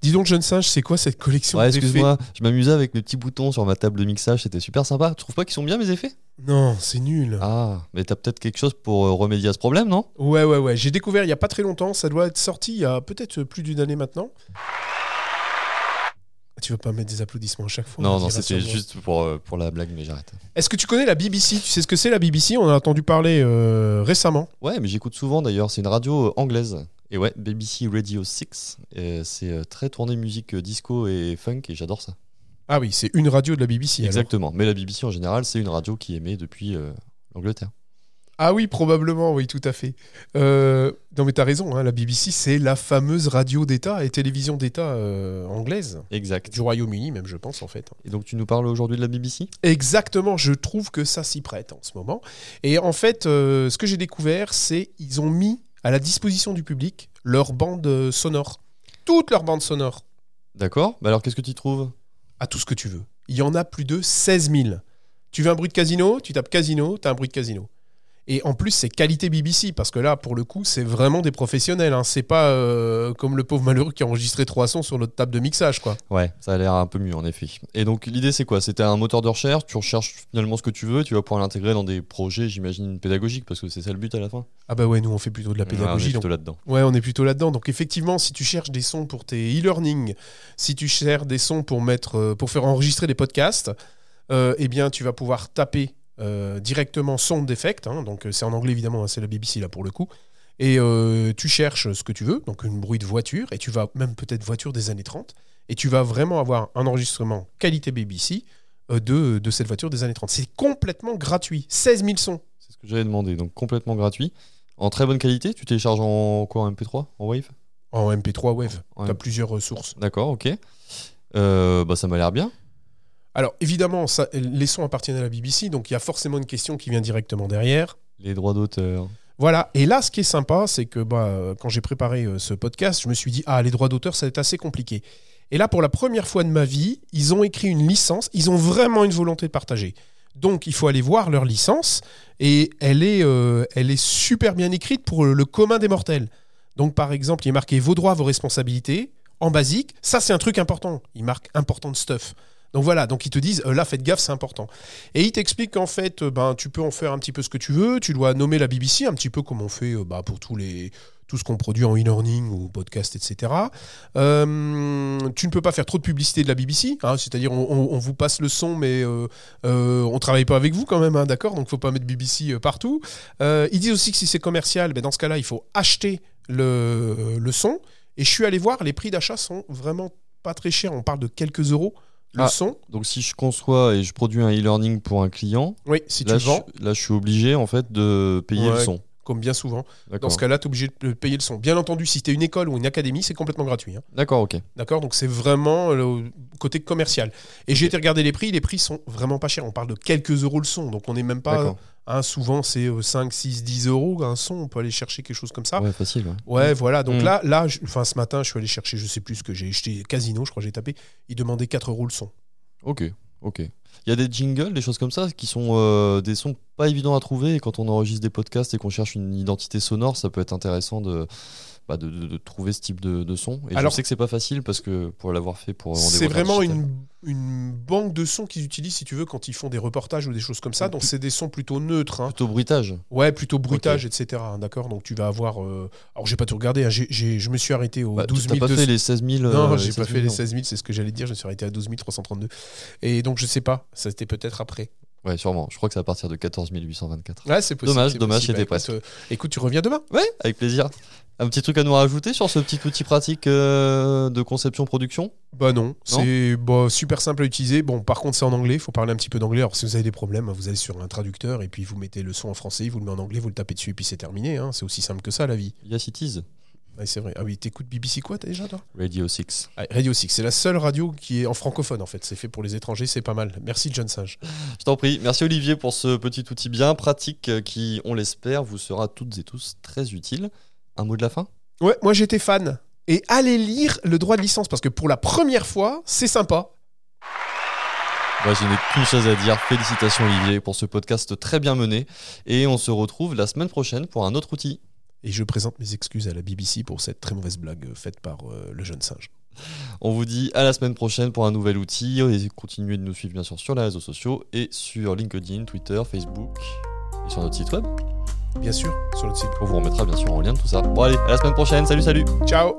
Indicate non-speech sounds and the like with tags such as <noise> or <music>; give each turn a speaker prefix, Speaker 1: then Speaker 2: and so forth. Speaker 1: dis donc, jeune singe, c'est quoi cette collection
Speaker 2: Ouais,
Speaker 1: d'effets
Speaker 2: excuse-moi, je m'amusais avec mes petits boutons sur ma table de mixage, c'était super sympa. Tu trouves pas qu'ils sont bien mes effets
Speaker 1: Non, c'est nul.
Speaker 2: Ah, mais t'as peut-être quelque chose pour euh, remédier à ce problème, non
Speaker 1: Ouais, ouais, ouais. J'ai découvert il y a pas très longtemps. Ça doit être sorti il y a peut-être plus d'une année maintenant. Ah, Tu vas pas mettre des applaudissements à chaque fois on
Speaker 2: Non,
Speaker 1: dira
Speaker 2: non, c'était
Speaker 1: sûrement.
Speaker 2: juste pour, euh, pour la blague, mais j'arrête.
Speaker 1: Est-ce que tu connais la BBC Tu sais ce que c'est la BBC On en a entendu parler euh, récemment.
Speaker 2: Ouais, mais j'écoute souvent d'ailleurs, c'est une radio euh, anglaise. Et ouais, BBC Radio 6, euh, c'est euh, très tourné musique euh, disco et funk, et j'adore ça.
Speaker 1: Ah oui, c'est une radio de la BBC. alors.
Speaker 2: Exactement, mais la BBC en général, c'est une radio qui est émet depuis euh, l'Angleterre.
Speaker 1: Ah oui, probablement, oui, tout à fait. Euh, non, mais t'as raison, hein, la BBC, c'est la fameuse radio d'État et télévision d'État euh, anglaise,
Speaker 2: Exact.
Speaker 1: du Royaume-Uni même, je pense, en fait. hein.
Speaker 2: Et donc tu nous parles aujourd'hui de la BBC
Speaker 1: Exactement, je trouve que ça s'y prête en ce moment. Et en fait, euh, ce que j'ai découvert, c'est ils ont mis à la disposition du public leur bande euh, sonore. Toute leur bande sonore,
Speaker 2: D'accord, bah alors qu'est-ce que tu y trouves
Speaker 1: à tout ce que tu veux. Il y en a plus de 16 000. Tu veux un bruit de casino, tu tapes casino, t'as un bruit de casino. Et en plus, c'est qualité BBC, parce que là, pour le coup, c'est vraiment des professionnels. hein. C'est pas euh, comme le pauvre malheureux qui a enregistré trois sons sur notre table de mixage, quoi.
Speaker 2: Ouais, ça a l'air un peu mieux en effet. Et donc l'idée c'est quoi C'était un moteur de recherche, tu recherches finalement ce que tu veux, tu vas pouvoir l'intégrer dans des projets, j'imagine, pédagogiques, parce que c'est ça le but à la fin.
Speaker 1: Ah bah ouais, nous, on fait plutôt de la pédagogie, donc
Speaker 2: donc. là-dedans.
Speaker 1: Ouais, on est plutôt là-dedans. Donc effectivement, si tu cherches des sons pour tes e-learning, si tu cherches des sons pour mettre, euh, pour faire enregistrer des podcasts, euh, eh bien, tu vas pouvoir taper euh, directement sound effect. hein. donc euh, c'est en anglais évidemment, hein, c'est la BBC là pour le coup. Et euh, tu cherches ce que tu veux, donc une bruit de voiture, et tu vas même peut-être voiture des années 30, et tu vas vraiment avoir un enregistrement qualité BBC euh, de, de cette voiture des années 30. C'est complètement gratuit, 16 000 sons.
Speaker 2: C'est ce que j'avais demandé, donc complètement gratuit. En très bonne qualité, tu télécharges en quoi En MP3 En Wave
Speaker 1: En MP3 Wave,
Speaker 2: En
Speaker 1: tu as
Speaker 2: MP3.
Speaker 1: plusieurs ressources.
Speaker 2: D'accord, ok. Euh, bah ça m'a l'air bien.
Speaker 1: Alors évidemment, ça- les sons appartiennent à la BBC, donc il y a forcément une question qui vient directement derrière.
Speaker 2: Les droits d'auteur.
Speaker 1: Voilà, et là ce qui est sympa, c'est que bah, euh, quand j'ai préparé euh, ce podcast, je me suis dit, ah les droits d'auteur, ça va être assez compliqué. Et là, pour la première fois de ma vie, ils ont écrit une licence, ils ont vraiment une volonté de partager. Donc il faut aller voir leur licence, et elle est, euh, elle est super bien écrite pour le commun des mortels. Donc par exemple, il est marqué vos droits, vos responsabilités, en basique, ça c'est un truc important, il marque important stuff. Donc voilà, donc ils te disent euh, là faites gaffe, c'est important. Et ils t'expliquent qu'en fait, euh, ben tu peux en faire un petit peu ce que tu veux, tu dois nommer la BBC un petit peu comme on fait euh, bah, pour tous les tout ce qu'on produit en e-learning ou podcast, etc. Euh, tu ne peux pas faire trop de publicité de la BBC, hein, c'est-à-dire on, on- on vous passe le son, mais euh, euh, on travaille pas avec vous quand même, hein, d'accord Donc faut pas mettre BBC euh, partout. Euh, ils disent aussi que si c'est commercial, ben, dans ce cas-là, il faut acheter le, le son. Et je suis allé voir, les prix d'achat sont vraiment pas très chers. On parle de quelques euros le
Speaker 2: Ah.
Speaker 1: son.
Speaker 2: Donc si je conçois et je produis un e-learning pour un client,
Speaker 1: Oui, si tu
Speaker 2: là,
Speaker 1: le
Speaker 2: je,
Speaker 1: vends,
Speaker 2: là, je suis obligé en fait de payer le
Speaker 1: Ouais.
Speaker 2: son.
Speaker 1: comme bien souvent. Dans
Speaker 2: D'accord.
Speaker 1: ce cas-là, tu es obligé de le- payer le son. Bien entendu, si tu es une école ou une académie, c'est complètement gratuit. hein.
Speaker 2: D'accord, ok.
Speaker 1: D'accord Donc c'est vraiment le côté commercial. Et j'ai été regarder les prix. Les prix sont vraiment pas chers. On parle de quelques euros le son. Donc on n'est même pas.
Speaker 2: D'accord.
Speaker 1: hein, souvent, c'est euh, 5, 6, 10 euros un son. On peut aller chercher quelque chose comme ça.
Speaker 2: Ouais, facile. ouais.
Speaker 1: Ouais, voilà. Donc
Speaker 2: Mm.
Speaker 1: là, là je- enfin, ce matin, je suis allé chercher, je sais plus ce que j'ai acheté, Casino, je crois que j'ai tapé. Il demandait 4 euros le son.
Speaker 2: Ok, ok. Il y a des jingles, des choses comme ça, qui sont euh, des sons pas évidents à trouver. Et quand on enregistre des podcasts et qu'on cherche une identité sonore, ça peut être intéressant de, bah, de, de- de trouver ce type de, de son. Et
Speaker 1: Alors-
Speaker 2: je sais que c'est pas facile parce que pour l'avoir fait pour. Rendez-vous
Speaker 1: C'est
Speaker 2: Artistique,
Speaker 1: vraiment une, une banque de sons qu'ils utilisent, si tu veux, quand ils font des reportages ou des choses comme ça. Donc c'est des sons plutôt neutres. hein.
Speaker 2: Plutôt bruitage.
Speaker 1: Ouais, plutôt bruitage, etc. hein, D'accord Donc tu vas avoir. euh, Alors j'ai pas tout regardé, hein, j'ai- j'ai- je me suis arrêté aux
Speaker 2: Bah,
Speaker 1: 12
Speaker 2: T'as pas
Speaker 1: 200.
Speaker 2: fait les 16 000. euh,
Speaker 1: Non, j'ai pas
Speaker 2: 16 000,
Speaker 1: fait les
Speaker 2: non.
Speaker 1: 16 000, c'est ce que j'allais dire, je me suis arrêté à 12 332. Et donc je sais pas, ça c'était peut-être après.
Speaker 2: Ouais, sûrement. Je crois que c'est à partir de 14 824.
Speaker 1: Ouais, c'est possible.
Speaker 2: Dommage,
Speaker 1: c'est
Speaker 2: dommage,
Speaker 1: possible.
Speaker 2: c'était
Speaker 1: Bah, écoute, euh, écoute, tu reviens demain
Speaker 2: Ouais, <laughs> avec plaisir. Un petit truc à nous rajouter sur ce petit outil pratique euh, de conception-production
Speaker 1: Bah non, c'est bah, super simple à utiliser. Bon, par contre, c'est en anglais, il faut parler un petit peu d'anglais. Alors, si vous avez des problèmes, vous allez sur un traducteur et puis vous mettez le son en français, vous le mettez en anglais, vous le tapez dessus et puis c'est terminé. hein. C'est aussi simple que ça, la vie.
Speaker 2: Yes, it is.
Speaker 1: Ouais, c'est vrai. Ah oui, t'écoutes BBC quoi, t'as déjà, toi
Speaker 2: Radio 6.
Speaker 1: Ah, Radio 6, c'est la seule radio qui est en francophone, en fait. C'est fait pour les étrangers, c'est pas mal. Merci, John Singe.
Speaker 2: Je t'en prie. Merci Olivier pour ce petit outil bien pratique euh, qui, on l'espère, vous sera toutes et tous très utile. Un mot de la fin
Speaker 1: Ouais, moi, j'étais fan. Et allez lire le droit de licence, parce que pour la première fois, c'est sympa.
Speaker 2: Moi, je n'ai qu'une chose à dire. Félicitations Olivier pour ce podcast très bien mené. Et on se retrouve la semaine prochaine pour un autre outil.
Speaker 1: Et je présente mes excuses à la BBC pour cette très mauvaise blague euh, faite par euh, le jeune singe.
Speaker 2: On vous dit à la semaine prochaine pour un nouvel outil. Et continuez de nous suivre, bien sûr, sur les réseaux sociaux et sur LinkedIn, Twitter, Facebook et sur notre site web.
Speaker 1: Bien sûr, sur notre site.
Speaker 2: On vous remettra, bien sûr, en lien de tout ça. Bon, allez, à la semaine prochaine. Salut, salut.
Speaker 1: Ciao